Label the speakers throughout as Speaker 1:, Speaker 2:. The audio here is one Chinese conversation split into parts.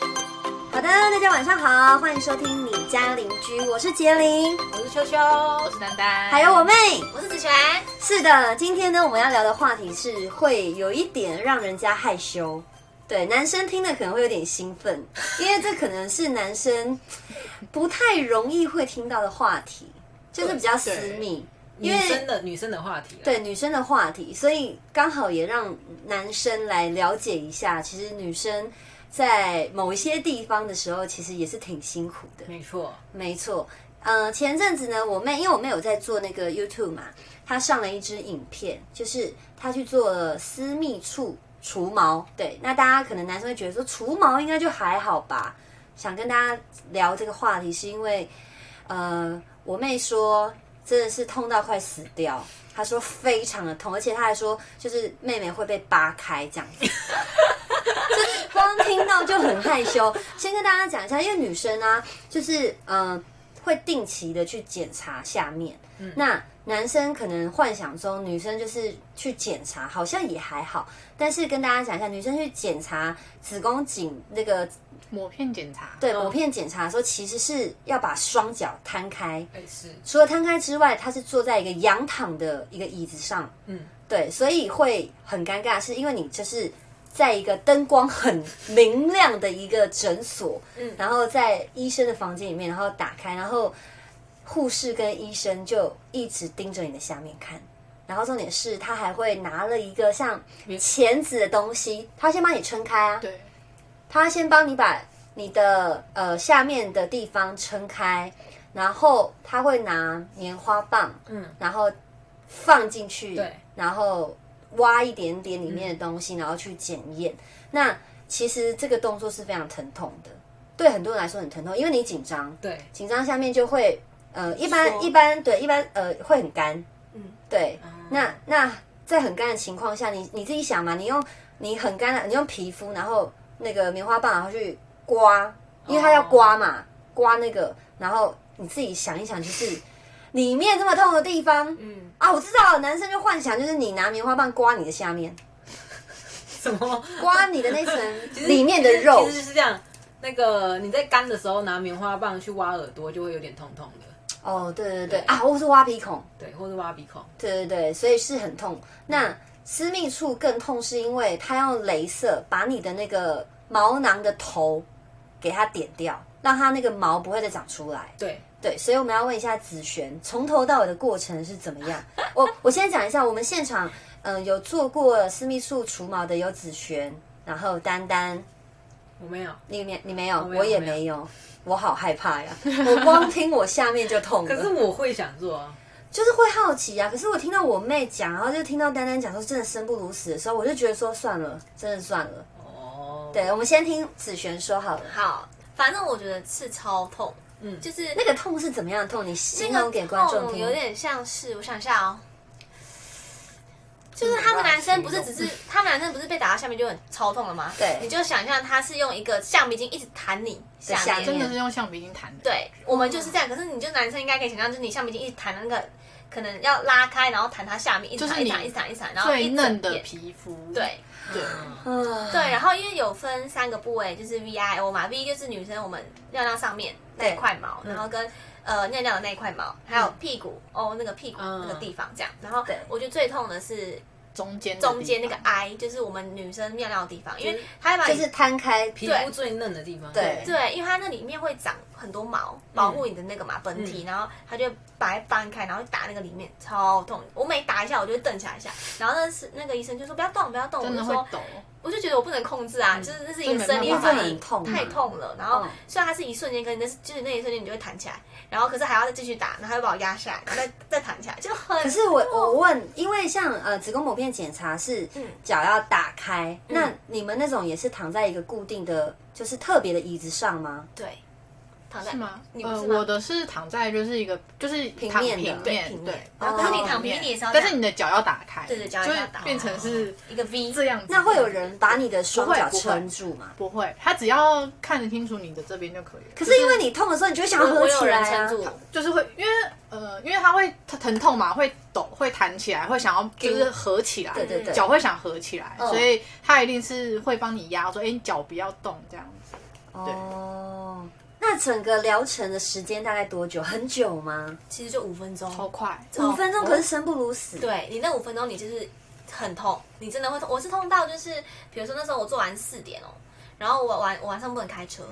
Speaker 1: 的，大家晚上好，欢迎收听你家邻居，我是杰林，
Speaker 2: 我是秋秋，我是丹丹，
Speaker 1: 还有我妹。
Speaker 2: 我是子璇。
Speaker 1: 是的，今天呢，我们要聊的话题是会有一点让人家害羞。对，男生听了可能会有点兴奋，因为这可能是男生不太容易会听到的话题，就是比较私密。因
Speaker 2: 嗯女
Speaker 1: 为
Speaker 2: 生的女生的话题啦，
Speaker 1: 对女生的话题，所以刚好也让男生来了解一下，其实女生在某一些地方的时候，其实也是挺辛苦的。
Speaker 2: 没错，
Speaker 1: 没错，呃，前阵子呢，我妹因为我妹有在做那个 YouTube 嘛，她上了一支影片，就是她去做了私密处除毛。对，那大家可能男生会觉得说除毛应该就还好吧。想跟大家聊这个话题，是因为呃，我妹说真的是痛到快死掉。她说非常的痛，而且她还说，就是妹妹会被扒开这样子，就是光听到就很害羞。 先跟大家讲一下，因为女生啊，就是嗯、呃会定期的去检查下面。那男生可能幻想中女生就是去检查，好像也还好。但是跟大家讲一下，女生去检查子宫颈那个
Speaker 3: 抹片检查，
Speaker 2: 嗯
Speaker 1: 对抹片检查嗯的时候，其实是要把双脚摊开。
Speaker 2: 哎是，
Speaker 1: 除了摊开之外，她是坐在一个仰躺的一个椅子上，
Speaker 2: 嗯，
Speaker 1: 对，所以会很尴尬，是因为你就是在一个灯光很明亮的一个诊所，嗯，然后在医生的房间里面，然后打开，然后护士跟医生就一直盯着你的下面看。然后重点是，他还会拿了一个像钳子的东西，他先帮你撑开啊，
Speaker 3: 对，
Speaker 1: 他先帮你把你的呃下面的地方撑开，然后他会拿棉花棒，嗯，然后放进去，
Speaker 2: 对，嗯
Speaker 1: 然后挖一点点里面的东西，然后去检验。那其实这个动作是非常疼痛的，对很多人来说很疼痛，因为你紧张，
Speaker 2: 对，
Speaker 1: 紧张下面就会呃，一般
Speaker 2: 说
Speaker 1: 一般对一般呃会很干，嗯
Speaker 2: 嗯，
Speaker 1: 对。
Speaker 2: 嗯
Speaker 1: 那那在很干的情况下，你你自己想嘛，你用你很干的，你用皮肤，然后那个棉花棒，然后去刮，因为它要
Speaker 2: 哦
Speaker 1: 刮嘛，刮那个，然后你自己想一想，就是里面这么痛的地方
Speaker 2: 嗯，
Speaker 1: 啊，我知道了，男生就幻想就是你拿棉花棒刮你的下面，
Speaker 2: 什么？
Speaker 1: 刮你的那层
Speaker 2: 就是
Speaker 1: 里面的肉
Speaker 2: 其，实就是这样。那个你在干的时候拿棉花棒去挖耳朵，就会有点痛痛的，
Speaker 1: 哦，对对对
Speaker 2: 对
Speaker 1: 啊，或是挖鼻孔。
Speaker 2: 对，或者挖鼻孔，
Speaker 1: 对对对，所以是很痛。那私密处更痛，是因为它用镭射把你的那个毛囊的头给它点掉，让它那个毛不会再长出来。
Speaker 2: 对，
Speaker 1: 对，所以我们要问一下子璇，从头到尾的过程是怎 么样？我我先讲一下，我们现场嗯、呃有做过私密处除毛的有子璇，然后丹丹，
Speaker 2: 我没有。
Speaker 1: 你没你没有，
Speaker 2: 没有
Speaker 1: 我也
Speaker 2: 我没有
Speaker 1: 没有，我好害怕呀！我光听我下面就痛了。
Speaker 2: 可是我会想做啊，
Speaker 1: 就是会好奇啊。可是我听到我妹讲，然后就听到丹丹讲说真的生不如死的时候，我就觉得说算了，真的算了。
Speaker 2: 哦，
Speaker 1: 对，我们先听子璇说好了。
Speaker 4: 好，反正我觉得是超痛，
Speaker 2: 嗯
Speaker 4: 嗯，就是
Speaker 1: 那个痛是怎么样的痛？你形
Speaker 4: 那
Speaker 1: 容
Speaker 4: 个
Speaker 1: 给观众
Speaker 4: 痛
Speaker 1: 听。
Speaker 4: 有点像是，我想一下哦。
Speaker 1: 嗯
Speaker 4: 就是他们男生不是只是他们男生不是被打到下面就很超痛了吗？
Speaker 1: 对
Speaker 4: 你就想象他是用一个橡皮筋一直弹你下
Speaker 1: 下
Speaker 4: 面，
Speaker 1: 面
Speaker 3: 真的是用橡皮筋弹的，，
Speaker 4: 对，我们就是这样。可是你就男生应该可以想象，就是你橡皮筋一直弹那个，可能要拉开，然后弹它下面，一直
Speaker 3: 就是
Speaker 4: 弹，一
Speaker 3: 你
Speaker 4: 直弹，一直弹，一直弹，然后
Speaker 3: 最
Speaker 4: 一整
Speaker 3: 嫩的
Speaker 4: 片
Speaker 3: 皮肤，
Speaker 4: 对，
Speaker 3: 对，
Speaker 1: 啊，
Speaker 4: 对，然后因为有分三个部位，就是 V I O 嘛，V 就是女生我们尿尿上面那一块毛，然后跟呃尿尿的那一块毛，还有屁股哦那个屁股
Speaker 2: 嗯
Speaker 4: 那个地方这样。然后
Speaker 1: 对
Speaker 4: 我觉得最痛的是
Speaker 3: 中间的
Speaker 4: 中间那个
Speaker 3: 地方
Speaker 4: I，就是我们女生尿尿的地方，因为它会把
Speaker 1: 就
Speaker 4: 你
Speaker 1: 是摊开
Speaker 2: 皮
Speaker 1: 皮
Speaker 2: 肤最嫩的地方，
Speaker 1: 对
Speaker 4: 对，因为它那里面会长很多毛，保护你的那个嘛本体，然后它就把它翻开，然后打那个里面，超痛。我每打一下，我就会瞪起来一下，然后那是那个医生就说不要动，不要动，我
Speaker 3: 真
Speaker 4: 就
Speaker 3: 的会
Speaker 4: 说
Speaker 3: 抖，
Speaker 4: 我就觉得我不能控制
Speaker 3: 嗯
Speaker 4: 啊，就是这是一个生理
Speaker 1: 因为这
Speaker 4: 反
Speaker 1: 很
Speaker 4: 应，
Speaker 1: 痛嘛
Speaker 4: 太痛了。然后
Speaker 1: 嗯
Speaker 4: 虽然它是一瞬间，可是那是就是那一瞬间你就会弹起来，然后可是还要再继续打，然后又把我压下来，然后再再弹起来，就很。
Speaker 1: 可是我我问，因为像呃子宫抹片检查是
Speaker 4: 嗯
Speaker 1: 脚要打开，那你们那种也是躺在一个固定的，就是特别的椅子上吗？
Speaker 4: 对，躺在
Speaker 3: 是吗？
Speaker 4: 你不
Speaker 3: 呃，
Speaker 4: 是吗
Speaker 3: 我的是躺在就是一个就是躺
Speaker 1: 面的
Speaker 3: 平
Speaker 1: 对
Speaker 4: 平
Speaker 3: 面，
Speaker 4: 面
Speaker 3: 对，，
Speaker 4: 然后可是你
Speaker 1: 哦
Speaker 4: 躺平面你也是要这
Speaker 3: 但
Speaker 4: 样，
Speaker 3: 是你的脚要打开，
Speaker 4: 对对脚要
Speaker 3: 就会
Speaker 4: 打开
Speaker 3: 变成是
Speaker 4: 一个 V
Speaker 3: 这样子，
Speaker 1: 那会有人把你的双脚
Speaker 3: 不会不会
Speaker 1: 撑住吗？
Speaker 3: 不会，他只要看得清楚你的这边就可以了，
Speaker 1: 可是因为你痛的时候，你就会想要
Speaker 4: 我
Speaker 1: 合
Speaker 4: 我有
Speaker 1: 起来
Speaker 4: 人撑
Speaker 1: 啊。
Speaker 4: 住我，
Speaker 3: 就是会，因为呃，因为它会它疼痛嘛，会抖，会弹起来，会想要就是合起来，
Speaker 1: 对对对
Speaker 4: 哦
Speaker 3: 脚会想合起来，
Speaker 1: 嗯
Speaker 3: 所以它一定是会帮你压，说哎，你脚不要动这样子。对，
Speaker 1: 哦，那整个疗程的时间大概多久？很久吗？
Speaker 4: 其实就五分钟，
Speaker 3: 好快，
Speaker 1: 五分钟，可是生不如死。，
Speaker 4: 对你那五分钟，你就是很痛，你真的会痛。我是痛到就是，比如说那时候我做完四点哦，然后我晚我晚上不能开车，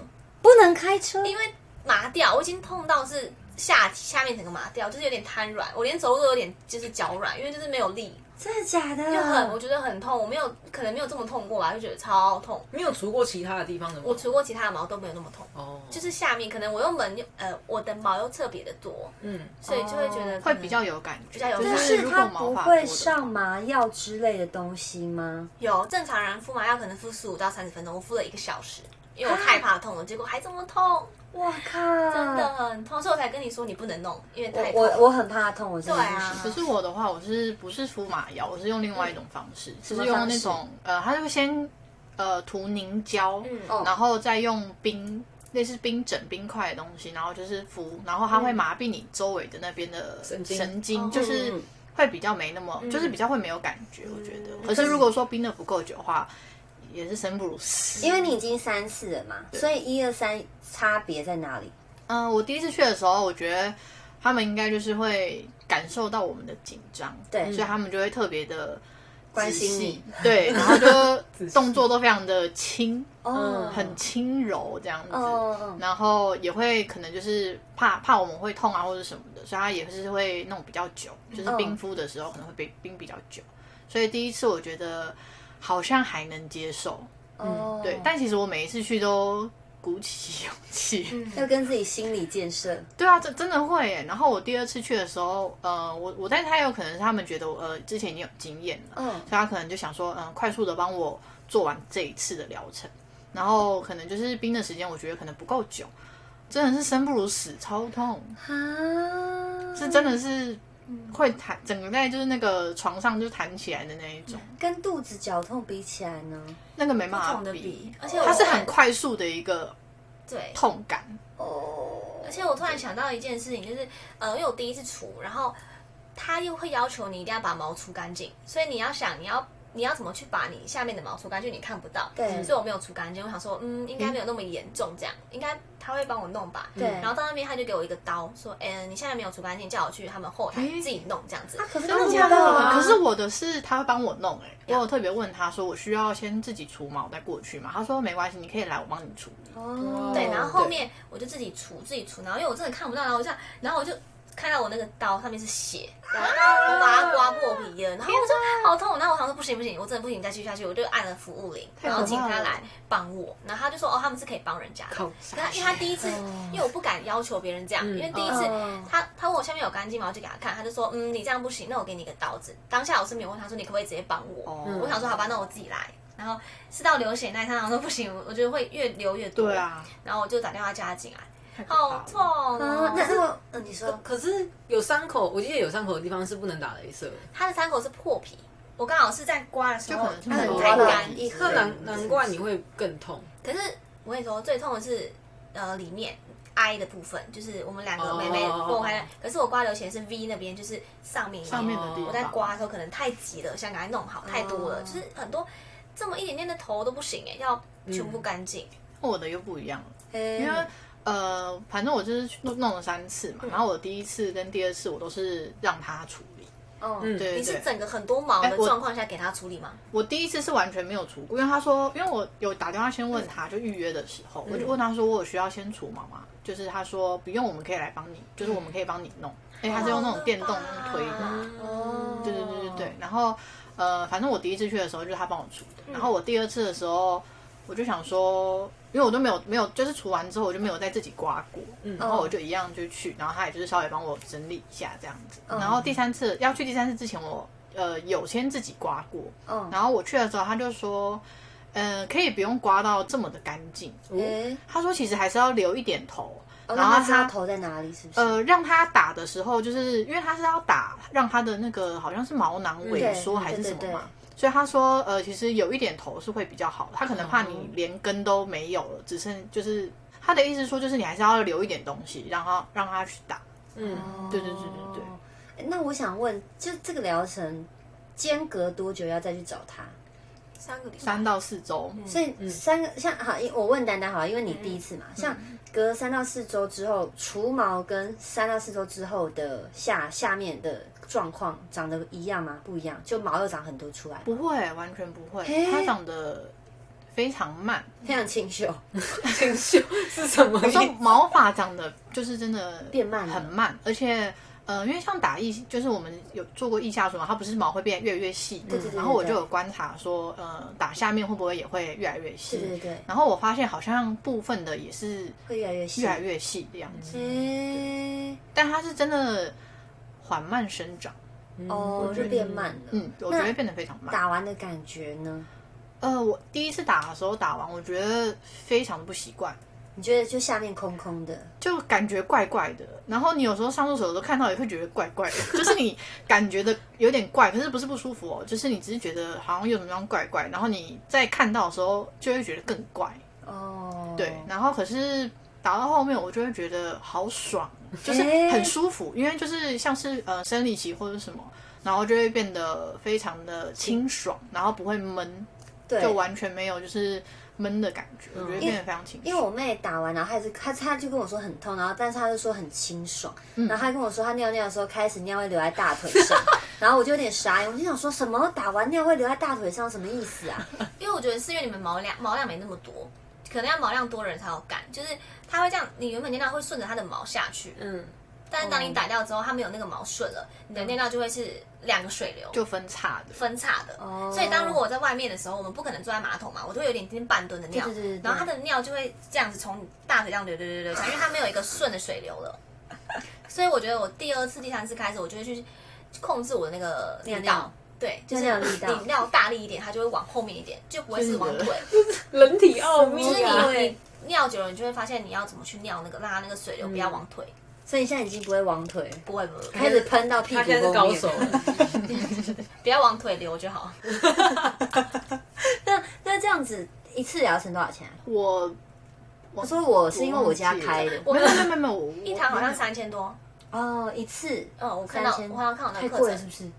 Speaker 1: 不能开车，
Speaker 4: 因为麻掉，我已经痛到是下下面整个麻掉，就是有点瘫软，我连走路都有点就是脚软，因为就是没有力，
Speaker 1: 真的假的？
Speaker 4: 就很我觉得很痛，我没有可能没有这么痛过吧，就觉得超痛。
Speaker 2: 你有除过其他的地方的吗？
Speaker 4: 我除过其他的毛都没有那么痛，
Speaker 2: 哦，就
Speaker 4: 就是下面可能我又门又呃我的毛又特别的多，
Speaker 2: 嗯，
Speaker 4: 所以就会觉得可
Speaker 3: 会
Speaker 4: 能
Speaker 3: 比较有感觉，
Speaker 4: 比较有
Speaker 3: 就
Speaker 1: 但
Speaker 4: 感觉
Speaker 3: 是
Speaker 1: 是
Speaker 3: 如
Speaker 1: 他
Speaker 3: 果毛
Speaker 1: 不
Speaker 3: 发
Speaker 1: 会
Speaker 3: 多的
Speaker 1: 上
Speaker 3: 话，
Speaker 1: 麻药之类的东西吗？
Speaker 4: 有正常人敷麻药可能敷十五到三十分钟，我敷了一个小时，因为我太怕痛了，结果还这么痛，
Speaker 1: 哇靠！
Speaker 4: 真的，很痛，所以我才跟你说你不能弄，因为
Speaker 1: 我
Speaker 4: 太痛。
Speaker 1: 我我很怕痛，我真的
Speaker 4: 对
Speaker 1: 不
Speaker 4: 啊
Speaker 1: 行
Speaker 3: 可是我的话，我是不是敷麻药？我是用另外一种方
Speaker 4: 嗯
Speaker 3: 式，就
Speaker 1: 么
Speaker 3: 是用
Speaker 1: 方
Speaker 3: 那
Speaker 1: 式
Speaker 3: 种呃，它就会先呃涂凝胶，
Speaker 1: 哦
Speaker 4: 嗯
Speaker 3: 然后再用冰。类似冰枕、冰块的东西，然后就是敷，然后它
Speaker 4: 嗯
Speaker 3: 会麻痹你周围的那边的
Speaker 2: 神经
Speaker 4: 哦
Speaker 3: 经就是
Speaker 1: 嗯
Speaker 3: 会比较没那么，
Speaker 4: 嗯
Speaker 3: 就是比较会没有感觉。我觉得，可是如果说冰的不够久的话，也是生不如死。
Speaker 1: 因为你已经三次了嘛，所以一二三差别在哪里？
Speaker 3: 嗯，我第一次去的时候，我觉得他们应该就是会感受到我们的紧张，
Speaker 1: 对
Speaker 3: 所以他们就会特别的
Speaker 1: 关心你，
Speaker 3: 对，然后就动作都非常的轻，
Speaker 1: 哦，
Speaker 3: 很轻柔这样子，
Speaker 1: 哦哦
Speaker 3: 然后也会可能就是怕怕我们会痛啊或者什么的，所以他也是会弄比较久，就是
Speaker 1: 嗯
Speaker 3: 冰敷的时候可能会冰冰比较久，所以第一次我觉得好像还能接受，
Speaker 1: 哦，
Speaker 3: 对，但其实我每一次去都鼓起 勇气，
Speaker 1: 要跟自己心理建设，
Speaker 3: 对啊，这真的会耶。然后我第二次去的时候，呃，我我但是他有可能是他们觉得我呃之前已经有经验了，
Speaker 1: 嗯
Speaker 3: 所以他可能就想说，嗯、快速的帮我做完这一次的疗程，然后可能就是冰的时间，我觉得可能不够久，真的是生不如死，超痛，
Speaker 1: 啊，
Speaker 3: 是真的是会弹，整个在就是那个床上就弹起来的那一种，
Speaker 1: 跟肚子绞痛比起来呢？
Speaker 3: 那个没办
Speaker 4: 嗯不
Speaker 3: 法
Speaker 4: 同的
Speaker 3: 比
Speaker 4: 比，而且我
Speaker 3: 它是很快速的一个
Speaker 4: 对，
Speaker 3: 痛感，
Speaker 1: 哦
Speaker 4: 而，且我突然想到一件事情，就是呃，因为我第一次除，然后他又会要求你一定要把毛除干净，所以你要想你要。你要怎么去把你下面的毛除干净？你看不到，
Speaker 1: 对
Speaker 4: 所以我没有除干净。我想说，嗯，应该没有那么严重，这样、应该他会帮我弄吧。
Speaker 1: 对
Speaker 4: 然后到那边他就给我一个刀，说，嗯，你下面没有除干净，叫我去他们后台
Speaker 3: 诶
Speaker 4: 自己弄这样子。
Speaker 1: 啊，可是
Speaker 3: 真
Speaker 1: 看不
Speaker 3: 的假的？
Speaker 1: 到啊，
Speaker 3: 可是我的是他会帮我弄哎、我有特别问他说我需要先自己除毛再过去嘛？他说没关系，你可以来我帮你处理。
Speaker 1: 哦，
Speaker 4: 对，然后后面我就自己除自己除，然后因为我真的看不到，然后我这样，然后我就看到我那个刀上面是血，然后我把它刮破皮了，然后我就好痛，然后我想说不行不行，我真的不行，再继续下去，我就按了服务铃，
Speaker 3: 太可
Speaker 4: 然
Speaker 3: 怕
Speaker 4: 后请他
Speaker 3: 了
Speaker 4: 来帮我，然后他就说哦他们是可以帮人家的，
Speaker 2: 靠
Speaker 4: 可他因为他第一次，
Speaker 3: 哦
Speaker 4: 因为我不敢要求别人这样，
Speaker 3: 嗯
Speaker 4: 因为第一次
Speaker 1: 哦
Speaker 4: 他他问我下面有干净吗，我就给他看，他就说嗯你这样不行，那我给你一个刀子，当下我是没有问他说你可不可以直接帮我，
Speaker 3: 嗯
Speaker 4: 我想说好吧，那我自己来。然后是到流血那一刹那，我说不行，我觉得会越流越多。
Speaker 3: 对啊，
Speaker 4: 然后我就打电话叫他进来，
Speaker 3: 太可怕了
Speaker 4: 好痛哦
Speaker 1: 啊，！那那个，嗯，你说，
Speaker 2: 可是有伤口，我记得有伤口的地方是不能打镭射的。
Speaker 4: 他的伤口是破皮，我刚好是在刮的时
Speaker 3: 就
Speaker 4: 候
Speaker 3: 可能，是
Speaker 4: 它很
Speaker 3: 磨
Speaker 4: 太
Speaker 3: 到
Speaker 4: 干。
Speaker 1: 一
Speaker 2: 那
Speaker 1: 颗
Speaker 2: 难难怪你会更痛。
Speaker 4: 可是我跟你说，最痛的是呃里面 I 的部分，就是我们两个
Speaker 2: 哦
Speaker 4: 妹妹分开了。可是我刮流血是 V 那边，就是上面一点
Speaker 3: 上面的地方哦
Speaker 4: 我在刮的时候可能太急了，想赶快弄好，太多了，就是很多这么一点点的头都不行哎，要全部干净。
Speaker 3: 我的又不一样了，
Speaker 1: 因
Speaker 3: 因为呃，反正我就是去弄弄了三次嘛，然后我第一次跟第二次我都是让他处理。
Speaker 1: 哦，
Speaker 2: 嗯
Speaker 3: 对
Speaker 4: 你
Speaker 3: 对
Speaker 4: 是
Speaker 3: 对，
Speaker 4: 整个很多毛的
Speaker 3: 哎我
Speaker 4: 状况下给他处理吗？
Speaker 3: 我第一次是完全没有除过，因为他说，因为我有打电话先问他，就预约的时候，我就问他说，我有需要先除毛吗？就是他说不用，我们可以来帮你，就是我们可以帮你弄，因为他是用那种电动那种推的。
Speaker 1: 哦，
Speaker 3: 嗯对对对对对。然后呃，反正我第一次去的时候就是他帮我除的，然后我第二次的时候我就想说，因为我都没有没有，就是除完之后我就没有再自己刮过，
Speaker 1: 嗯
Speaker 3: 然后我就一样就去，然后他也就是稍微帮我整理一下这样子。
Speaker 1: 嗯
Speaker 3: 然后第三次要去第三次之前我，呃有先自己刮过，
Speaker 1: 嗯
Speaker 3: 然后我去的时候他就说，呃可以不用刮到这么的干净，
Speaker 1: 哎，
Speaker 3: 他说其实还是要留一点头。
Speaker 1: 哦
Speaker 3: 然后
Speaker 1: 那他插头在哪里？是不是？
Speaker 3: 呃，让他打的时候，就是因为他是要打，让他的那个好像是毛囊萎缩
Speaker 1: 嗯对
Speaker 3: 还是什么嘛，
Speaker 1: 对对对
Speaker 3: 所以他说，呃，其实有一点头是会比较好的，他可能怕
Speaker 1: 哦
Speaker 3: 你连根都没有了，只剩就是他的意思说，就是你还是要留一点东西，让他让他去打。
Speaker 2: 嗯，
Speaker 3: 对对对对对，
Speaker 1: 哦哎那我想问，就这个疗程间隔多久要再去找他？
Speaker 4: 三个礼拜，
Speaker 3: 三到四周，
Speaker 1: 所
Speaker 3: 嗯
Speaker 1: 以三个像好，因我问丹丹好了，因为你第一次嘛，像隔三到四周之后，除毛跟三到四周之后的下下面的状况长得一样吗？不一样，就毛又长很多出来，
Speaker 3: 不会，完全不会
Speaker 1: 嘿，
Speaker 3: 它长得非常慢。
Speaker 1: 非常清 秀，
Speaker 2: 清秀是什么意
Speaker 3: 我
Speaker 2: 思
Speaker 3: 说？毛发长得就是真的
Speaker 1: 变慢了
Speaker 3: 很慢，而且呃，因为像打腋，就是我们有做过腋下除毛，它不是毛会变越来越细，对
Speaker 1: 对对
Speaker 3: 然后我就有观察说，呃，打下面会不会也会越来越细？
Speaker 1: 对对对
Speaker 3: 然后我发现好像部分的也是
Speaker 1: 会越来越细，
Speaker 3: 越来越细的样子，
Speaker 1: 诶
Speaker 3: 但它是真的缓慢生长。
Speaker 1: 哦，就变慢了。
Speaker 3: 嗯，我觉得变得非常慢。
Speaker 1: 打完的感觉呢？
Speaker 3: 呃，我第一次打的时候打完，我觉得非常的不习惯，
Speaker 1: 你觉得就下面空空的，
Speaker 3: 就感觉怪怪的。然后你有时候上厕所的时候看到也会觉得怪 怪的，就是你感觉的有点怪，可是不是不舒服哦，就是你只是觉得好像有什么地方怪怪，然后你在看到的时候就会觉得更怪。
Speaker 1: 哦，
Speaker 3: 对，然后可是打到后面我就会觉得好爽，就是
Speaker 1: 诶
Speaker 3: 很舒服，因为就是像是呃生理期或者什么，然后就会变得非常的清爽，然后不会闷，
Speaker 1: 对，嗯
Speaker 3: 就完全没有就是闷的感觉，我觉得变得非常清
Speaker 1: 因为
Speaker 3: 爽。
Speaker 1: 我妹打完，然后她也是她她就跟我说很痛，然后但是她就说很清爽，然后她跟我说她尿尿的时候开始尿会留在大腿上，然后我就有点傻眼，我就想说什么打完尿会留在大腿上什么意思啊？
Speaker 4: 因为我觉得是因为你们毛量毛量没那么多，可能要毛量多的人才有感，就是它会这样，你原本尿尿会顺着它的毛下去，
Speaker 2: 嗯，
Speaker 4: 但是当你打掉之后，它没有那个毛顺了，你的尿尿就会是两个水流。
Speaker 3: 就分叉的，
Speaker 4: 分叉的，
Speaker 1: 哦
Speaker 4: 所以当如果我在外面的时候，我们不可能坐在马桶嘛，我都会有点今天半蹲的尿，
Speaker 1: 对对对对
Speaker 4: 然后它的尿就会这样子从你大腿这样流流流流下来，因为它没有一个顺的水流了。所以我觉得我第二次、第三次开始，我就会去控制我的那个力
Speaker 1: 尿
Speaker 4: 道
Speaker 1: 尿，
Speaker 4: 对，就
Speaker 1: 尿
Speaker 4: 是
Speaker 1: 尿力道
Speaker 4: 你尿大力一点，它就会往后面一点，就不会是往腿。
Speaker 2: 人体奥秘
Speaker 4: 就是
Speaker 2: 啊！
Speaker 4: 你你尿久了，你就会发现你要怎么去尿那个，让它那个水流不要往腿，
Speaker 1: 所以你现在已经不会往腿，
Speaker 4: 不会不会，
Speaker 1: 开始喷到屁股
Speaker 2: 他现在是
Speaker 1: 后
Speaker 2: 高
Speaker 1: 面
Speaker 2: 手。了，
Speaker 4: 不要往腿流就好。
Speaker 1: 那那这样子一次疗程多少钱啊、
Speaker 3: 我我
Speaker 1: 我说我是因为我家
Speaker 3: 忘记了
Speaker 1: 开的
Speaker 4: 我
Speaker 3: 没有没有没有没 有，我
Speaker 4: 一堂好像三千多，
Speaker 1: 哦，一次
Speaker 4: 嗯，我看到
Speaker 1: 3000
Speaker 4: 我好像看我那
Speaker 1: 太
Speaker 4: 个
Speaker 1: 贵
Speaker 4: 课
Speaker 1: 了是
Speaker 4: 程
Speaker 1: 不是？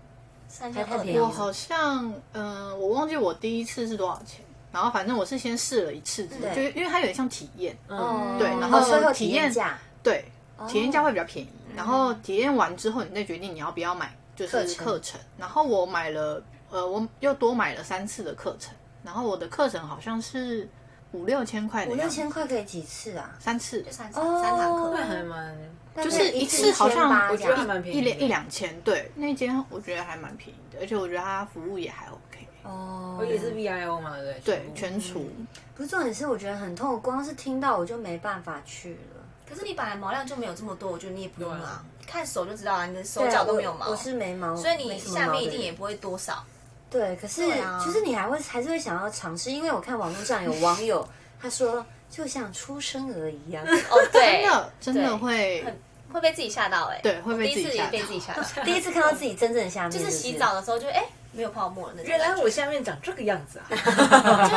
Speaker 4: 三千
Speaker 1: 还
Speaker 4: 二
Speaker 1: 太
Speaker 4: 多
Speaker 1: 便宜
Speaker 3: 我好像，嗯、我忘记我第一次是多少钱，然后反正我是先试了一次之后，
Speaker 1: 对
Speaker 3: 就是因为它有点像体验，
Speaker 2: 嗯，
Speaker 3: 对然后
Speaker 1: 哦所以有
Speaker 3: 体
Speaker 1: 体验
Speaker 3: 验
Speaker 1: 价
Speaker 3: 对，体验价
Speaker 1: 哦
Speaker 3: 会比较便宜，然后体验完之后你再决定你要不要买，就是
Speaker 1: 课
Speaker 3: 课
Speaker 1: 程
Speaker 3: 程。然后我买了，呃，我又多买了三次的课程，然后我的课程好像是五六千块的
Speaker 1: 五
Speaker 3: 样
Speaker 1: 六
Speaker 3: 子，
Speaker 1: 千块可以几次啊？
Speaker 3: 三次
Speaker 4: 就，三
Speaker 1: 哦
Speaker 4: 堂三堂课，
Speaker 1: 那
Speaker 2: 还蛮，
Speaker 1: 就是一
Speaker 3: 一次好像
Speaker 1: 1800
Speaker 3: 我
Speaker 2: 我觉得还
Speaker 1: 这样
Speaker 2: 蛮便
Speaker 3: 一
Speaker 2: 宜的，
Speaker 3: 两一两千，对，那间我觉得还蛮便宜的，而且我觉得它服务也还 OK，
Speaker 1: 哦，
Speaker 2: 我也是 VIO 嘛，对不对
Speaker 3: 对，全厨。
Speaker 1: 不是重点是，我觉得很痛，我光是听到我就没办法去了。
Speaker 4: 可是你本来毛量就没有这么多，我觉得你也不用
Speaker 2: 对
Speaker 4: 啊
Speaker 2: 啊，
Speaker 4: 看手就知道了，你的手脚都没有毛，
Speaker 1: 啊我我是没毛，
Speaker 4: 所以你
Speaker 1: 没什么
Speaker 4: 下
Speaker 1: 毛
Speaker 4: 面
Speaker 1: 的
Speaker 4: 一定也
Speaker 1: 人
Speaker 4: 不会多少。
Speaker 1: 对。可是
Speaker 4: 对啊
Speaker 1: 就是你还会还是会想要尝试，因为我看网络上有网友他说，就像出生儿一样。
Speaker 4: 哦，对，
Speaker 3: 真的真
Speaker 4: 对
Speaker 3: 的会
Speaker 4: 会被自己吓到哎，
Speaker 3: 对会
Speaker 4: 我
Speaker 3: 被
Speaker 4: 第一
Speaker 3: 自
Speaker 4: 次
Speaker 3: 己
Speaker 4: 也
Speaker 3: 吓到
Speaker 4: 被自己吓到，
Speaker 1: 第一次看到自己真正的下面，
Speaker 4: 就是洗澡的时候就哎没有泡沫了那种
Speaker 2: 原来
Speaker 4: 感觉，
Speaker 2: 我下面长这个样子啊，
Speaker 4: 就是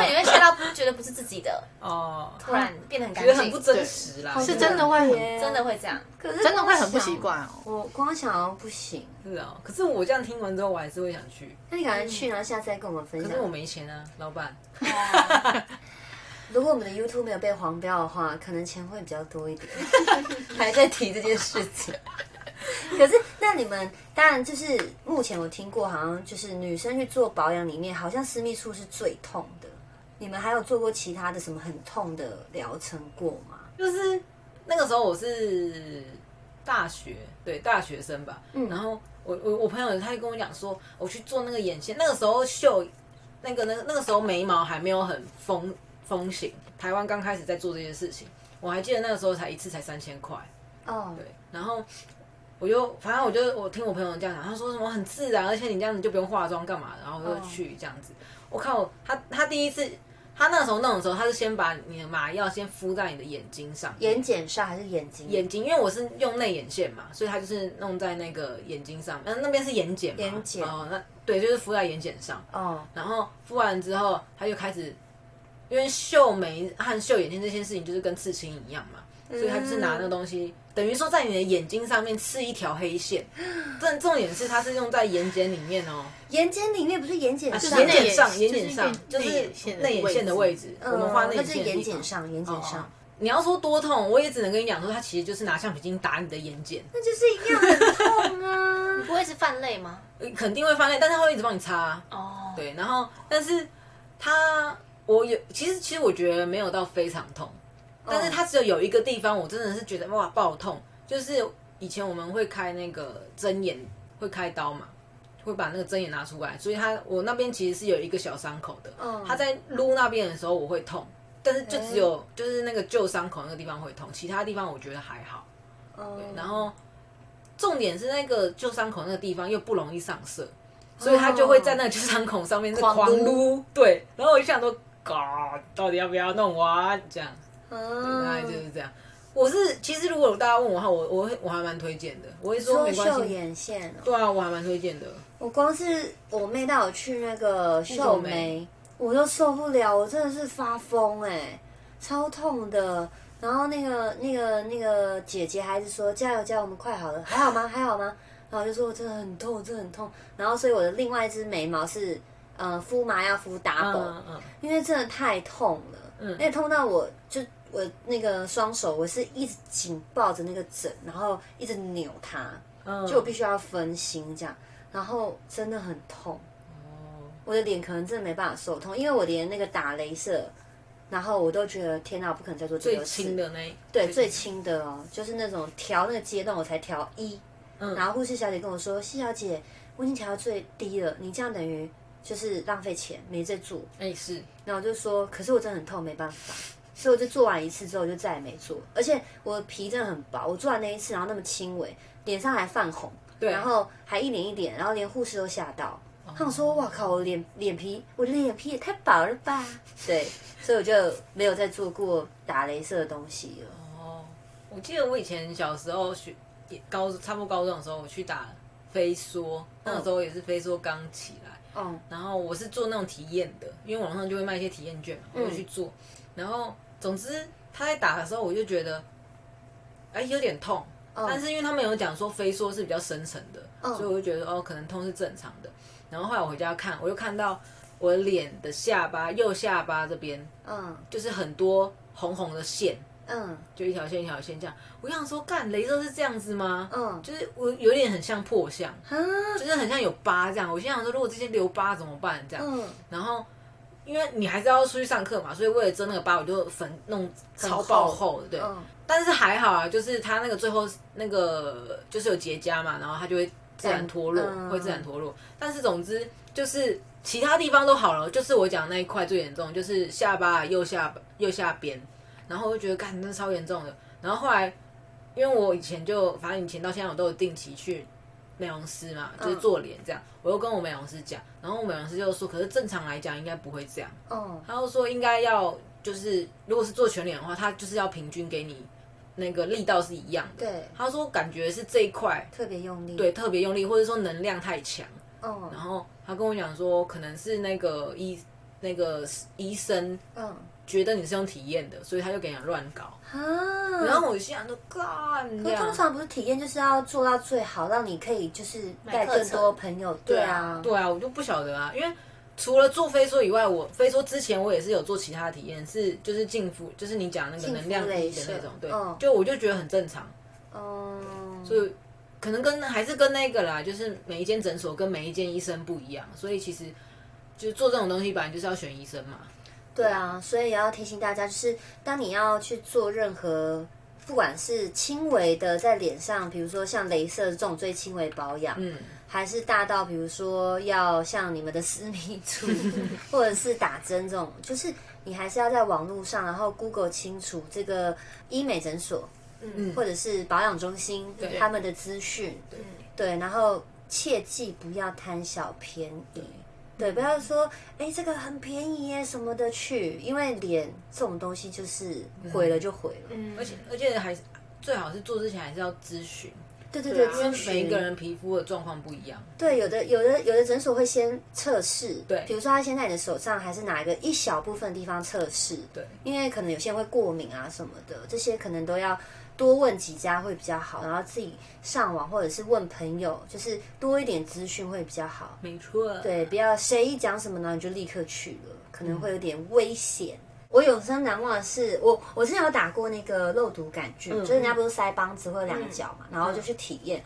Speaker 4: 你会吓到不觉得不是自己的，
Speaker 2: 哦，
Speaker 4: 突然变得很干
Speaker 2: 觉得很不
Speaker 4: 净，
Speaker 2: 真实啦，
Speaker 3: 是真的会很
Speaker 4: 真的会这样。
Speaker 1: 可是
Speaker 3: 真的会很不习惯哦。
Speaker 1: 我光想要不行。
Speaker 2: 是啊。可是我这样听完之后，我还是会想去，
Speaker 1: 那你赶快去，然后下次再跟我们分
Speaker 2: 可
Speaker 1: 享
Speaker 2: 是。我没钱啊，老板。
Speaker 1: 如果我们的 YouTube 没有被黄标的话，可能钱会比较多一点。 还在提这件事情。 可是，那你们当然就是目前我听过，好像就是女生去做保养里面，好像私密处是最痛的。你们还有做过其他的什么很痛的疗程过吗？
Speaker 2: 就是那个时候我是大学，对大学生吧，然后我我我朋友他就跟我讲说，我去做那个眼线，那个时候秀，那个那个那个时候眉毛还没有很风风行，台湾刚开始在做这些事情，我还记得那个时候才一次才三千块，
Speaker 1: 哦，
Speaker 2: 对，然后。我就反正我就我听我朋友这样讲，他说什么很自然，而且你这样子就不用化妆干嘛的，然后我就去这样子。我靠，他他第一次他那时候弄的时候，他是先把你的麻药先敷在你的眼睛上面，
Speaker 1: 眼睑上还是眼睛？
Speaker 2: 眼睛，因为我是用内眼线嘛，所以它就是弄在那个眼睛上，那那边是眼睑嘛，
Speaker 1: 眼睑
Speaker 2: 哦，那对，就是敷在眼睑上，
Speaker 1: 哦，
Speaker 2: 然后敷完之后，他就开始，因为秀眉和秀眼睛这件事情就是跟刺青一样嘛，所以他就是拿那个东西，等于说在你的眼睛上面刺一条黑线。但重点是它是用在眼睑里面哦，
Speaker 1: 眼睑里面不是眼睑
Speaker 2: 啊眼
Speaker 3: 是
Speaker 1: 上，
Speaker 3: 眼
Speaker 2: 睑上，
Speaker 3: 就是
Speaker 2: 眼睑上就
Speaker 3: 就
Speaker 2: 是是
Speaker 3: 内
Speaker 2: 内眼
Speaker 3: 眼线
Speaker 2: 线
Speaker 3: 的
Speaker 2: 的
Speaker 3: 位
Speaker 2: 位
Speaker 3: 置
Speaker 2: 置，
Speaker 1: 嗯
Speaker 2: 我们画内
Speaker 1: 那
Speaker 2: 眼
Speaker 1: 就是
Speaker 2: 线的
Speaker 1: 眼
Speaker 2: 地
Speaker 1: 睑
Speaker 2: 方。
Speaker 1: 上，眼睑
Speaker 2: 哦
Speaker 1: 上，
Speaker 2: 你要说多痛，我也只能跟你讲说，它其实就是拿橡皮筋打你的眼睑，
Speaker 1: 那就是一 样很痛啊。
Speaker 4: 不会是犯泪吗？
Speaker 2: 呃肯定会翻泪，但是它会一直帮你擦啊。
Speaker 4: 哦，
Speaker 2: 对，然后但是它我有，其实其实我觉得没有到非常痛，但是它只有有一个地方，我真的是觉得哇爆痛，就是以前我们会开那个针眼，会开刀嘛。会把那个针眼拿出来，所以它我那边其实是有一个小伤口的。
Speaker 1: 嗯
Speaker 2: 它在撸那边的时候我会痛，但是就只有、就是那个旧伤口那个地方会痛，其他地方我觉得还好。
Speaker 1: 哦
Speaker 2: 然后重点是那个旧伤口那个地方又不容易上色，所以他就会在那个旧伤口上面是
Speaker 1: 哦狂
Speaker 2: 狂
Speaker 1: 撸
Speaker 2: 撸，对。然后我就想说，嘎，到底要不要弄啊？这样，大概就
Speaker 1: 嗯，
Speaker 2: 是这样。我是其实如果大家问我的话，我我会我还蛮推荐的，我会说
Speaker 1: 说哦
Speaker 2: 没关
Speaker 1: 秀
Speaker 2: 系，
Speaker 1: 眼线哦，
Speaker 2: 对啊，我还蛮推荐的。
Speaker 1: 我光是我妹带我去那个秀
Speaker 2: 秀
Speaker 1: 眉
Speaker 2: 眉，
Speaker 1: 我都受不了，我真的是发疯哎、超痛的。然后那个那个那个姐姐还是说加油加油，我们快好了，还好吗？还好吗？然后我就说我真的很痛，我真的很痛。然后所以我的另外一只眉毛是呃敷麻药敷 double，、
Speaker 2: 嗯嗯，
Speaker 1: 因为真的太痛了，嗯，而且痛到我就我那个双手，我是一直紧抱着那个枕，然后一直扭它，
Speaker 2: 嗯
Speaker 1: 就我必须要分心这样，然后真的很痛，我的脸可能真的没办法受痛，因为我连那个打镭射，然后我都觉得天哪，我不可能再做第
Speaker 2: 最
Speaker 1: 二次，
Speaker 2: 轻的那一
Speaker 1: 对，最轻的哦，就是那种调那个阶段我才调一，
Speaker 2: 嗯
Speaker 1: 然后护士小姐跟我说，谢小姐，我已经调到最低了，你这样等于就是浪费钱，没在做。
Speaker 2: 哎是，
Speaker 1: 然后我就说，可是我真的很痛，没办法，所以我就做完一次之后我就再也没做，而且我的皮真的很薄，我做完那一次，然后那么轻微，脸上还泛红，对，然后还一脸一脸，然后连护士都吓到，
Speaker 2: 哦
Speaker 1: 他们说，哇靠，我脸脸皮，我的脸皮也太薄了 吧，对，所以我就没有再做过打镭射的东西了，
Speaker 2: 哦，我记得我以前小时候学也高差不多高中的时候，我去打飞梭，那个时候也是飞梭刚起来。
Speaker 1: 哦，
Speaker 2: 然后我是做那种体验的，因为网上就会卖一些体验券嘛，我就去做。然后总之他在打的时候，我就觉得，哎，有点痛。但是因为他们有讲说飞梭是比较深层的，所以我就觉得哦，可能痛是正常的。然后后来我回家看，我就看到我脸的下巴右下巴这边
Speaker 1: 嗯
Speaker 2: 就是很多红红的线，
Speaker 1: 嗯
Speaker 2: 就一条线一条线这样。我就想说，干，镭射是这样子吗？
Speaker 1: 嗯，
Speaker 2: 就是我有点很像破相，
Speaker 1: 啊，
Speaker 2: 就是很像有疤这样。我心想说，如果这些留疤怎么办？这样，
Speaker 1: 嗯，
Speaker 2: 然后因为你还是要出去上课嘛，所以为了遮那个疤，我就粉弄超爆厚的，对。
Speaker 1: 嗯
Speaker 2: 但是还好啊，就是它那个最后那个就是有结痂嘛，然后它就会自然脱落，
Speaker 1: 嗯
Speaker 2: 会自然脱落。但是总之就是其他地方都好了，就是我讲那一块最严重，就是下巴右下巴右下边，然后我就觉得干，真的超严重的。然后后来因为我以前就反正以前到现在我都有定期去美容师嘛，就是
Speaker 1: 嗯
Speaker 2: 做脸这样，我又跟我美容师讲，然后我美容师就说，可是正常来讲应该不会这样，
Speaker 1: 哦，
Speaker 2: 他就说应该要就是如果是做全脸的话，他就是要平均给你那个力道是一样的。
Speaker 1: 对，
Speaker 2: 他说感觉是这一块
Speaker 1: 特别用力，
Speaker 2: 对，特别用力，或者说能量太强。
Speaker 1: 嗯
Speaker 2: 然后他跟我讲说，可能是那个医那个医生
Speaker 1: 嗯
Speaker 2: 觉得你是用体验的，所以他就给你乱搞。
Speaker 1: 啊，
Speaker 2: 然后我心想说，干，这
Speaker 1: 可
Speaker 2: 样
Speaker 1: 通常不是体验就是要做到最好，让你可以就是带
Speaker 4: 买课
Speaker 1: 更
Speaker 4: 程
Speaker 1: 多朋友。对啊，
Speaker 2: 对啊，我就不晓得啊，因为除了做飞梭以外，我飞梭之前我也是有做其他的体验，是就是净肤，就是你讲那个
Speaker 1: 净肤
Speaker 2: 能量低
Speaker 1: 镭
Speaker 2: 的
Speaker 1: 射
Speaker 2: 那种，对，
Speaker 1: 嗯
Speaker 2: 就我就觉得很正常，
Speaker 1: 嗯，
Speaker 2: 啊所以可能跟还是跟那个啦，就是每一间诊所跟每一间医生不一样，所以其实就是做这种东西，本来就是要选医生嘛。
Speaker 1: 对啊，所以也要提醒大家，就是当你要去做任何，不管是轻微的在脸上，比如说像镭射这种最轻微保养，
Speaker 2: 嗯，
Speaker 1: 还是大到比如说要像你们的私密处， 或者是打针这种，就是你还是要在网络上，然后 Google 清楚这个医美诊所，嗯，或者是保养中心他们的资讯，对，然后切记不要贪小便宜。对，不要说哎，这个很便宜耶什么的去，因为脸这种东西就是毁了就毁了。
Speaker 4: 嗯，
Speaker 2: 而且而且还是最好是做之前还是要咨询，
Speaker 1: 对对对，
Speaker 3: 对啊
Speaker 1: 咨
Speaker 2: 因为每
Speaker 1: 询
Speaker 2: 一个人皮肤的状况不一样。
Speaker 1: 对，有的有的有的诊所会先测试，
Speaker 2: 对
Speaker 1: 比如说他先在你的手上还是哪一个一小部分地方测试，
Speaker 2: 对，
Speaker 1: 因为可能有些人会过敏啊什么的，这些可能都要多问几家会比较好，然后自己上网或者是问朋友，就是多一点资讯会比较好。
Speaker 2: 没错。
Speaker 1: 对，不要谁一讲什么呢，你就立刻去了，可
Speaker 2: 嗯
Speaker 1: 能会有点危险。我永生难忘的是，我我之前有打过那个肉毒杆
Speaker 2: 嗯
Speaker 1: 菌，就是人家不是腮帮子会有两个角嘛，然后就去体验，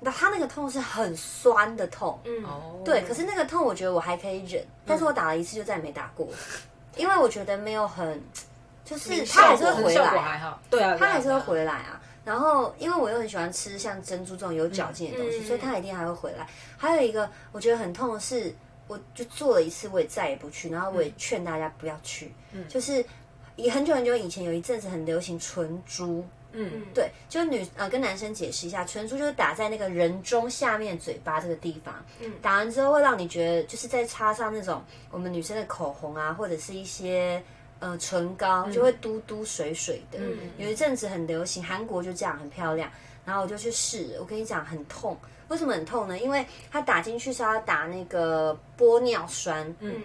Speaker 1: 那、它那个痛是很酸的痛，嗯，
Speaker 2: 哦，
Speaker 1: 对，可是那个痛我觉得我还可以忍，
Speaker 2: 嗯
Speaker 1: 但是我打了一次就再也没打 过，因为我觉得没有很，就是它还是会回
Speaker 2: 效果还
Speaker 1: 来，
Speaker 2: 好。对啊，
Speaker 1: 它还是会
Speaker 2: 来。
Speaker 1: 回来啊。然后，因为我又很喜欢吃像珍珠这种有嚼劲的东西，
Speaker 4: 嗯
Speaker 1: 所以它一定还会回来。还有一个我觉得很痛的是，我就做了一次，我也再也不去，然后我也劝大家不要去，就是。以很久很久以前有一阵子很流行唇珠，
Speaker 2: 嗯，
Speaker 1: 对，就是女呃跟男生解释一下，唇珠就是打在那个人中下面嘴巴这个地方，嗯，打完之后会让你觉得就是在擦上那种我们女生的口红啊，或者是一些呃唇膏，就会嘟嘟水水的。有一阵子很流行，韩国就这样很漂亮，然后我就去试，我跟你讲很痛。为什么很痛呢？因为它打进去是要打那个玻尿酸，嗯，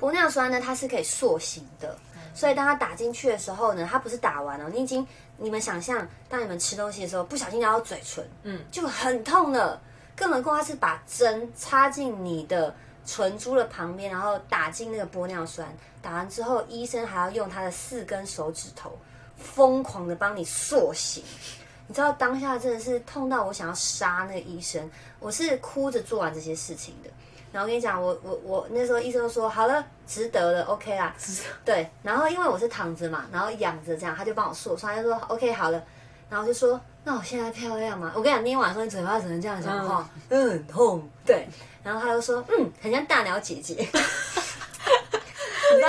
Speaker 1: 玻尿酸呢，它是可以塑形的，所以当它打进去的时候呢，它不是打完哦了，你已经，你们想象，当你们吃东西的时候，不小心咬到嘴唇，嗯，就很痛了。更何况它是把针插进你的唇珠的旁边，然后打进那个玻尿酸，打完之后，医生还要用他的四根手指头疯狂的帮你塑形。你知道当下真的是痛到我想要杀那个医生，我是哭着做完这些事情的。然后我跟你讲，我我我那时候医生就说好了，值得了，OK 啦，对。然后因为我是躺着嘛，然后仰着这样，他就帮我塑，所以他就说哎 OK 好了。然后就说那我现在漂亮吗？我跟你讲，那天晚上你嘴巴只能这样讲话，嗯，很痛，对。然后他就说嗯，很像大鸟姐姐。你知道，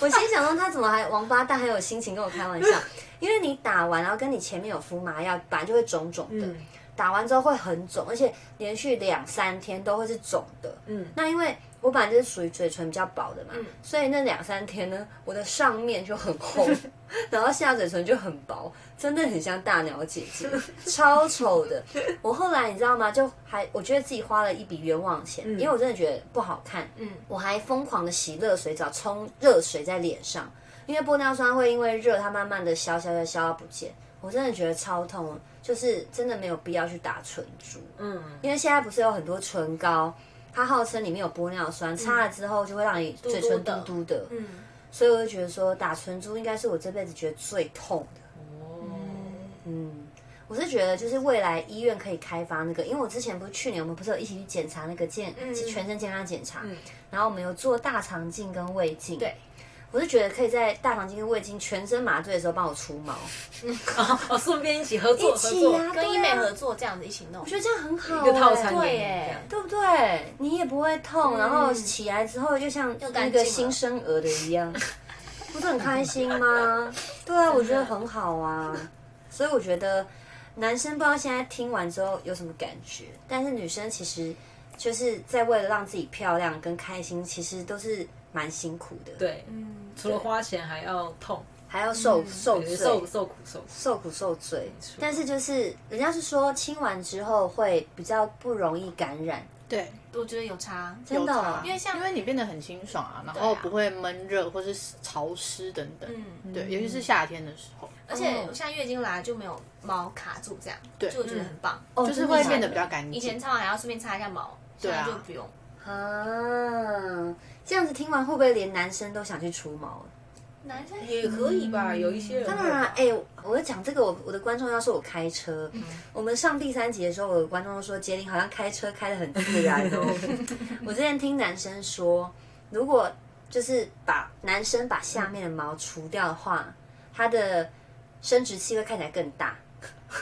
Speaker 1: 我心想说他怎么还王八蛋还有心情跟我开玩笑？ 因为你打完，然后跟你前面有敷麻药，本来就会肿肿的。
Speaker 2: 嗯
Speaker 1: 打完之后会很肿，而且连续两三天都会是肿的。
Speaker 2: 嗯，
Speaker 1: 那因为我本来就是属于嘴唇比较薄的嘛，所以那两三天呢，我的上面就很 厚，然后下嘴唇就很薄，真的很像大鸟姐姐， 超丑 的。我后来你知道吗？就还我觉得自己花了一笔冤枉钱，因为我真的觉得不好看。嗯，我还疯狂的洗热水澡，冲热水在脸上，因为玻尿酸会因为热它慢慢的消消消消到不见。我真的觉得超痛，就是真的没有必要去打唇珠。嗯，因为现在不是有很多唇膏，它号称里面有玻尿酸，擦了之后就会让你嘴唇嘟
Speaker 4: 的
Speaker 1: 嘟的。嗯，
Speaker 4: 嗯
Speaker 1: 所以我就觉得说打唇珠应该是我这辈子觉得最痛的。
Speaker 2: 哦
Speaker 1: 嗯，我是觉得就是未来医院可以开发那个，因为我之前不是去年我们不是有一起去检查那个健、全身健康检查，然后我们有做大肠镜跟胃镜。
Speaker 4: 对。
Speaker 1: 我是觉得可以在大肠镜跟胃镜全身麻醉的时候帮我除毛，
Speaker 2: 哦，顺便一起合作
Speaker 1: 一
Speaker 2: 合
Speaker 1: 起
Speaker 2: 作
Speaker 1: 啊，
Speaker 4: 跟
Speaker 1: 对
Speaker 4: 医美
Speaker 1: 啊
Speaker 4: 合作这样子一起弄，我
Speaker 1: 我觉得这样很好、欸，
Speaker 2: 一个套餐
Speaker 4: 对
Speaker 2: 给你
Speaker 4: 耶
Speaker 2: 这样
Speaker 1: 对不对？你也不会痛，然后起来之后就像那
Speaker 4: 嗯干
Speaker 1: 个
Speaker 4: 净了
Speaker 1: 新生儿的一 样，不是很开心吗？对啊，我觉得很好啊。所以我觉得男生不知道现在听完之后有什么感觉，但是女生其实就是在为了让自己漂亮跟开心，其实都是蛮辛苦的。，
Speaker 2: 对，
Speaker 4: 嗯
Speaker 2: 除了嗯花钱还要痛，
Speaker 1: 还要受、受
Speaker 2: 也
Speaker 1: 罪
Speaker 2: 是受受苦受苦。
Speaker 1: 受苦受罪。但是就是人家是说亲完之后会比较不容易感染，
Speaker 3: 对，
Speaker 4: 我觉得有差，
Speaker 1: 真的
Speaker 3: 有
Speaker 1: 哦、
Speaker 3: 差
Speaker 4: 因为像
Speaker 3: 因为你变得很清爽啊，然后不会闷热或是潮湿等等。
Speaker 4: 嗯
Speaker 3: 对，尤其是夏天的时候，
Speaker 4: 而且我现在月经来就没有毛卡住这样，对就我觉得很棒。
Speaker 1: 哦
Speaker 3: 就是会
Speaker 1: 真的假的
Speaker 3: 变得比较干净。
Speaker 4: 以前擦完还要顺便擦一下毛，现在
Speaker 3: 啊
Speaker 4: 就不用。
Speaker 1: 啊，这样子听完会不会连男生都想去除毛？
Speaker 4: 男生
Speaker 2: 也可以吧，有一些人
Speaker 1: 嗯当然啦，哎、我讲这个，我我的观众要是我开车，我们上第三集的时候，我的观众说杰林好像开车开的很自然 哦。我之前听男生说，如果就是把男生把下面的毛除掉的话，他的生殖器会看起来更大。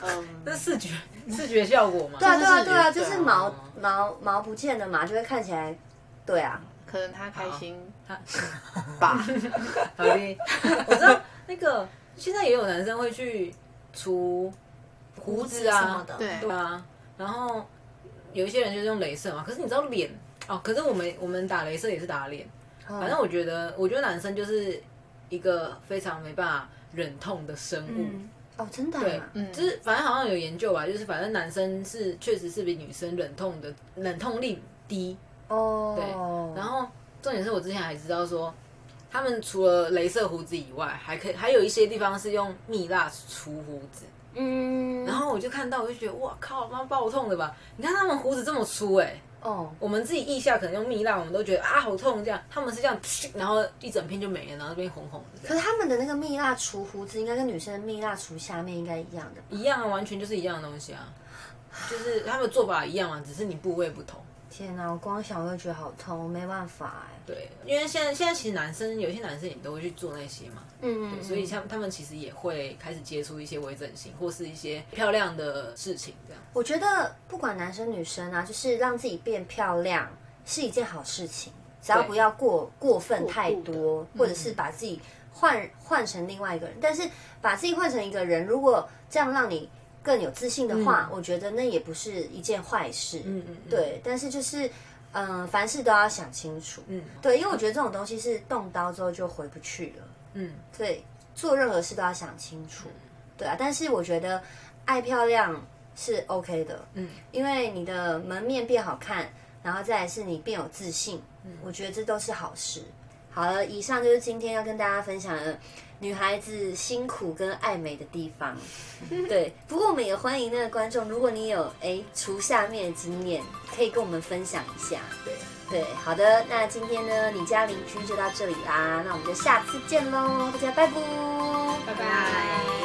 Speaker 3: 嗯，
Speaker 2: 那视觉视觉效果嘛，
Speaker 1: 对啊，
Speaker 3: 就
Speaker 1: 对
Speaker 3: 是
Speaker 1: 啊，对啊，就
Speaker 3: 对啊
Speaker 1: 是毛毛毛不见了嘛，就会看起来，对啊，
Speaker 3: 可能他开心
Speaker 2: 好
Speaker 3: 吧。
Speaker 2: 好的， 我知道那个现在也有男生会去除胡子啊
Speaker 4: 胡子什么的
Speaker 3: 对
Speaker 2: 对啊，然后有一些人就是用镭射嘛，可是你知道脸哦，可是我们我们打镭射也是打脸，反正我
Speaker 4: 嗯
Speaker 2: 觉得我觉得男生就是一个非常没办法忍痛的生物，
Speaker 1: 哦，真的、
Speaker 2: 对
Speaker 1: 啊，，
Speaker 2: 嗯，就是反正好像有研究吧，就是反正男生是确实是比女生忍痛的忍痛力低，
Speaker 1: 哦，
Speaker 2: 对，然后重点是我之前还知道说，他们除了镭射胡子以外，还可以还有一些地方是用蜜蜡除胡子。
Speaker 1: 嗯，
Speaker 2: 然后我就看到，我就觉得哇靠，妈爆痛的吧？你看他们胡子这么粗哎、
Speaker 1: 哦，
Speaker 2: 我们自己腋下可能用蜜蜡，我们都觉得啊好痛这样，他们是这样，然后一整片就没了，然后这边红红的这
Speaker 1: 可
Speaker 2: 样，
Speaker 1: 是他们的那个蜜蜡除胡子应该跟女生的蜜蜡除下面应该一样的吧？
Speaker 2: 一样啊，完全就是一样的东西啊，就是他们做法一样嘛，啊只是你部位不同。
Speaker 1: 天哪，我光想我就觉得好痛，我没办法哎、
Speaker 2: 对，因为现在现在其实男生有些男生也都会去做那些嘛，
Speaker 1: 嗯
Speaker 2: 对，所以像他们其实也会开始接触一些微整形或是一些漂亮的事情，这样
Speaker 1: 我觉得不管男生女生啊，就是让自己变漂亮是一件好事情，只要
Speaker 2: 对
Speaker 1: 不要过过分
Speaker 3: 过度
Speaker 1: 太多，
Speaker 2: 嗯
Speaker 1: 或者是把自己换换成另外一个人。但是把自己换成一个人，如果这样让你更有自信的话，
Speaker 2: 嗯
Speaker 1: 我觉得那也不是一件坏事。嗯
Speaker 2: 嗯嗯
Speaker 1: 对。但是就是，嗯、凡事都要想清楚。
Speaker 2: 嗯
Speaker 1: 对，因为我觉得这种东西是动刀之后就回不去了。
Speaker 2: 嗯，
Speaker 1: 对，做任何事都要想清楚，对啊。但是我觉得爱漂亮是 OK 的，嗯，因为你的门面变好看，然后再来是你变有自信，我觉得这都是好事。好了，以上就是今天要跟大家分享的女孩子辛苦跟爱美的地方。对，不过我们也欢迎那个观众，如果你有哎除下面的经验，可以跟我们分享一下。
Speaker 2: 对，
Speaker 1: 对，好的，那今天呢，你家邻居就到这里啦，那我们就下次见喽，大家拜拜。
Speaker 2: 拜
Speaker 4: 拜。